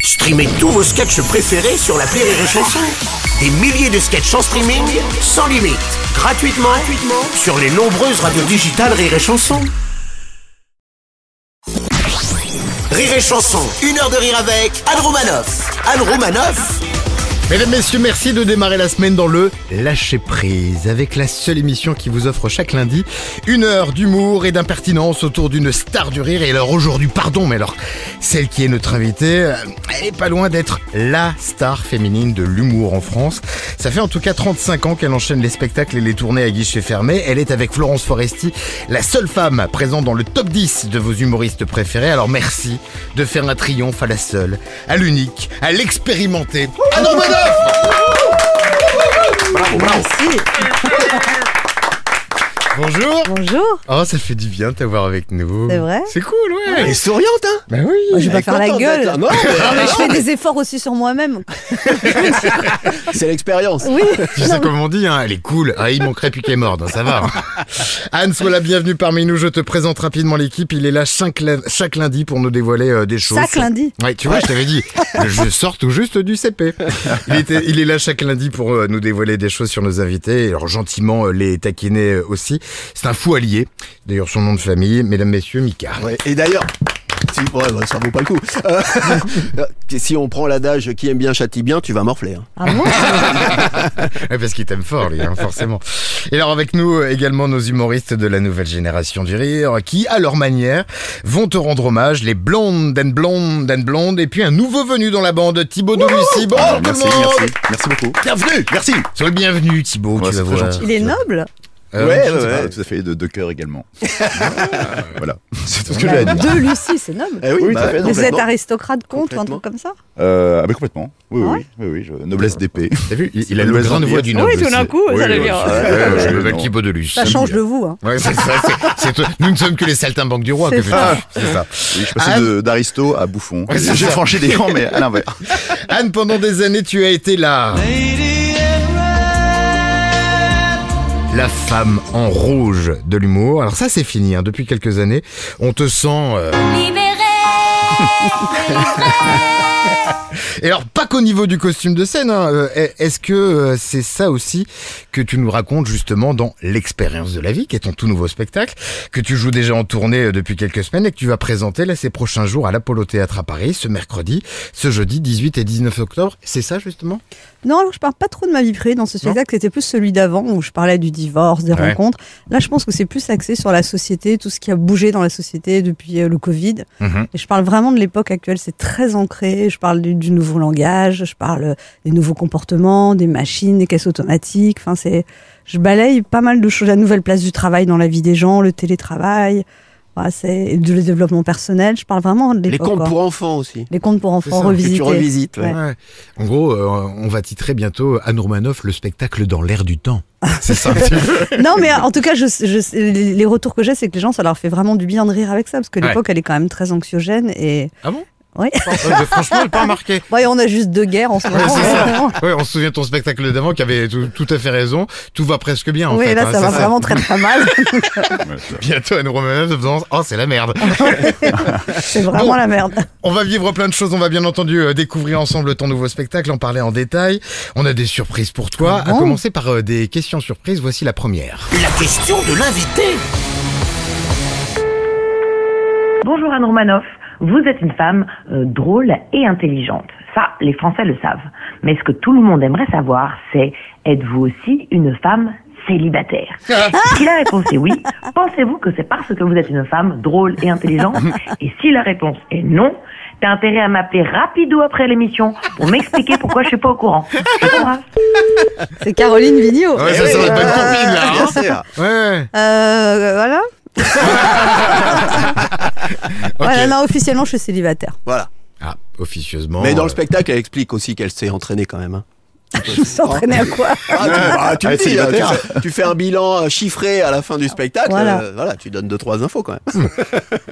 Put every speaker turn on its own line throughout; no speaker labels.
Streamez tous vos sketchs préférés sur la Rire et Chanson. Des milliers de sketchs en streaming, sans limite, gratuitement, gratuitement sur les nombreuses radios digitales Rire et Chanson. Rire et Chanson, une heure de rire avec Anne Romanoff. Anne Romanoff
Mesdames, Messieurs, merci de démarrer la semaine dans le Lâcher prise, avec la seule émission qui vous offre chaque lundi une heure d'humour et d'impertinence autour d'une star du rire. Et alors aujourd'hui, pardon, mais alors, celle qui est notre invitée, euh, elle est pas loin d'être la star féminine de l'humour en France. Ça fait en tout cas 35 ans qu'elle enchaîne les spectacles et les tournées à guichets fermés. Elle est avec Florence Foresti, la seule femme présente dans le top 10 de vos humoristes préférés. Alors merci de faire un triomphe à la seule, à l'unique, à l'expérimentée. Anne Romanoff Bonjour
Bonjour.
Oh, ça fait du bien de t'avoir avec nous.
C'est vrai
C'est cool, ouais.
Elle est souriante, hein
Bah oui.
je vais pas faire la
contente
gueule.
d'être là. Non, mais-
Non, mais je fais des efforts aussi sur moi-même.
C'est l'expérience.
Oui.
Tu sais comme on dit, hein, elle est cool. Ah, il manquerait plus qu'elle est morte, hein, ça va. hein. Anne, sois la bienvenue parmi nous. Je te présente rapidement l'équipe. Il est là chaque, lin- chaque lundi pour nous dévoiler euh, des choses.
Chaque lundi.
Ouais, tu vois, je t'avais dit, je sors tout juste du CP. Il, était, il est là chaque lundi pour euh, nous dévoiler des choses sur nos invités, et alors gentiment euh, les taquiner euh, aussi. C'est un fou allié, d'ailleurs son nom de famille, mesdames, messieurs, Mika.
Ouais, Et d'ailleurs, si, ouais, bah, ça vaut pas le coup. Euh, si on prend l'adage qui aime bien châtie bien, tu vas morfler. hein.
Ah bon
Ouais, parce qu'il t'aime fort, lui, hein, forcément. Et alors avec nous euh, également nos humoristes de la nouvelle génération du rire, qui, à leur manière, vont te rendre hommage, les blondes and blondes and blondes, et puis un nouveau venu dans la bande, Thibaut Domussi.
Euh,
Bonjour tout le monde
Ah, merci beaucoup.
Bienvenue, merci.
Sois le bienvenu, Thibaut,
Ouais,
tu vas
c'est très
voir.
gentil.
Il est noble.
Euh,
ouais,
je sais
ouais,
pas.
ouais, tout à fait, de, de cœur également. voilà, c'est tout ce que j'ai à dire.
De Lucie, c'est noble.
Eh oui,
Oui,
bah,
tout à fait,
Mais
non,
vous êtes
complètement.
aristocrate, comte ou un
Complètement.
truc comme ça
Euh, ah bah complètement. Oui, oui,
Ouais.
oui, oui, je- noblesse d'épée.
T'as vu, il, il a
Le
le grande
grand
voix
rire.
du
Oui,
noble.
tout d'un
c'est-
coup, ça devient-
ouais, ouais, ouais, je
Ouais,
m'appelle
non.
Thibaut Deluche.
Ça change de vous. Hein.
Ouais, c'est ça, c'est- c'est toi. Nous ne sommes que les saltimbanques du roi.
C'est
que veux-tu
ça.
C'est ça.
Oui, je suis passé de- d'Aristo à Bouffon.
Ouais, c'est
j'ai
ça.
franchi des rangs, mais à l'inverse.
Anne, pendant des années, tu as été là. La femme en rouge de l'humour. Alors ça, c'est fini. hein. Depuis quelques années, on te sent. euh, Et alors, pas qu'au niveau du costume de scène. hein. Euh, Est-ce que euh, c'est ça aussi que tu nous racontes justement dans l'expérience de la vie, qui est ton tout nouveau spectacle, que tu joues déjà en tournée euh, depuis quelques semaines et que tu vas présenter là ces prochains jours à l'Apollo Théâtre à Paris, ce mercredi, ce jeudi 18 et 19 octobre. C'est ça justement
Non, alors je parle pas trop de ma vie privée dans ce spectacle. C'était plus celui d'avant où je parlais du divorce, des
Ouais.
rencontres. Là, je pense que c'est plus axé sur la société, tout ce qui a bougé dans la société depuis euh, le Covid.
Mhm.
Et je parle vraiment de l'époque actuelle, c'est très ancré. Je parle du, du nouveau langage, je parle euh, des nouveaux comportements, des machines, des caisses automatiques. Enfin, c'est, je balaye pas mal de choses. La nouvelle place du travail dans la vie des gens, le télétravail, voilà, c'est du le développement personnel. Je parle vraiment de
Les
l'époque.
comptes
quoi.
pour enfants aussi.
Les comptes pour enfants
ça, que tu
Que tu
revisités.
revisites. ouais.
Ouais.
Ouais. En gros, euh, on va titrer bientôt Anne Romanoff, le spectacle dans l'air du temps. C'est ça. un
Ah
petit peu.
non, mais en tout cas, je, je, les les retours que j'ai, c'est que les gens, ça leur fait vraiment du bien de rire avec ça, parce que
Ouais.
l'époque, elle est quand même très anxiogène. Et,
ah bon
Oui.
Ouais, Franchement, pas remarqué.
ouais, on a juste deux guerres en ce moment.
c'est ça.
vraiment.
Ouais, on se souvient de ton spectacle d'avant qui avait tout, tout à fait raison. Tout va presque bien en
oui,
fait.
là,
hein,
ça
c'est
va vraiment très très mal.
Ouais, c'est-
Bientôt, Anne Romanoff faisant Oh, c'est la merde.
c'est vraiment
Bon.
la merde.
on va vivre plein de choses. On va bien entendu euh, découvrir ensemble ton nouveau spectacle, en parler en détail. On a des surprises pour toi. À
Ah bon
commencer par euh, des questions surprises. Voici la première.
La question de l'invité
Bonjour Anne Romanoff, vous êtes une femme euh, drôle et intelligente. Ça, les Français le savent. Mais ce que tout le monde aimerait savoir, c'est êtes-vous aussi une femme célibataire Si la réponse est oui, pensez-vous que c'est parce que vous êtes une femme drôle et intelligente Et si la réponse est non, t'as intérêt à m'appeler rapido après l'émission pour m'expliquer pourquoi je suis pas au courant. hein? Je t'embrasse.
C'est Caroline Vigneault.
Ah Ouais, ça
oui,
sent
euh,
la bonne copine là. hein.
Bien sûr.
Ouais.
Euh, voilà.
Ok.
Voilà, non, officiellement, je suis célibataire.
Voilà.
Ah, officieusement.
Mais dans le
euh,
spectacle, elle explique aussi qu'elle s'est entraînée quand même. hein.
Je me suis entraînée à quoi
Ah, tu, ah, tu
Ah,
le dis, hein,
célibataire.
tu- tu fais un bilan euh, chiffré à la fin du spectacle.
Voilà.
euh, voilà, tu donnes deux trois infos quand même.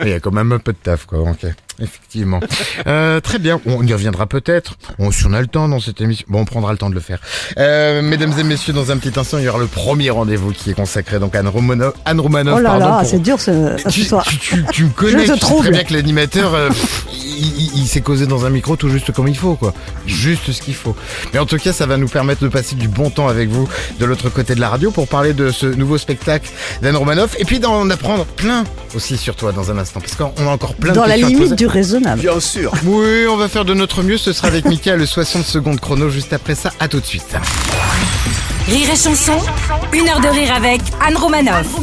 Il y a quand même un peu de taf quoi. ok. Effectivement. Euh, très bien, on y reviendra peut-être. On, si on a le temps dans cette émission, bon, on prendra le temps de le faire. Euh, mesdames et messieurs, dans un petit instant, il y aura le premier rendez-vous qui est consacré donc à Anne Romano- Anne Romanoff.
Oh là
pardon,
là,
pour-
c'est dur ce, ce
tu,
soir.
tu, tu- tu me connais,
te
tu sais très
trouble.
bien que l'animateur, euh, pff, il, il- il s'est causé dans un micro tout juste comme il faut, quoi. Juste ce qu'il faut. Mais en tout cas, ça va nous permettre de passer du bon temps avec vous de l'autre côté de la radio pour parler de ce nouveau spectacle d'Anne Romanoff et puis d'en apprendre plein aussi sur toi dans un instant, parce qu'on a encore plein de
Dans la
questions à te
limite
poser.
du raisonnable.
Bien sûr.
Oui, on va faire de notre mieux. Ce sera avec Mika le 60 secondes chrono juste après ça. À tout de suite.
Rire et chanson, une heure de rire avec Anne Romanoff.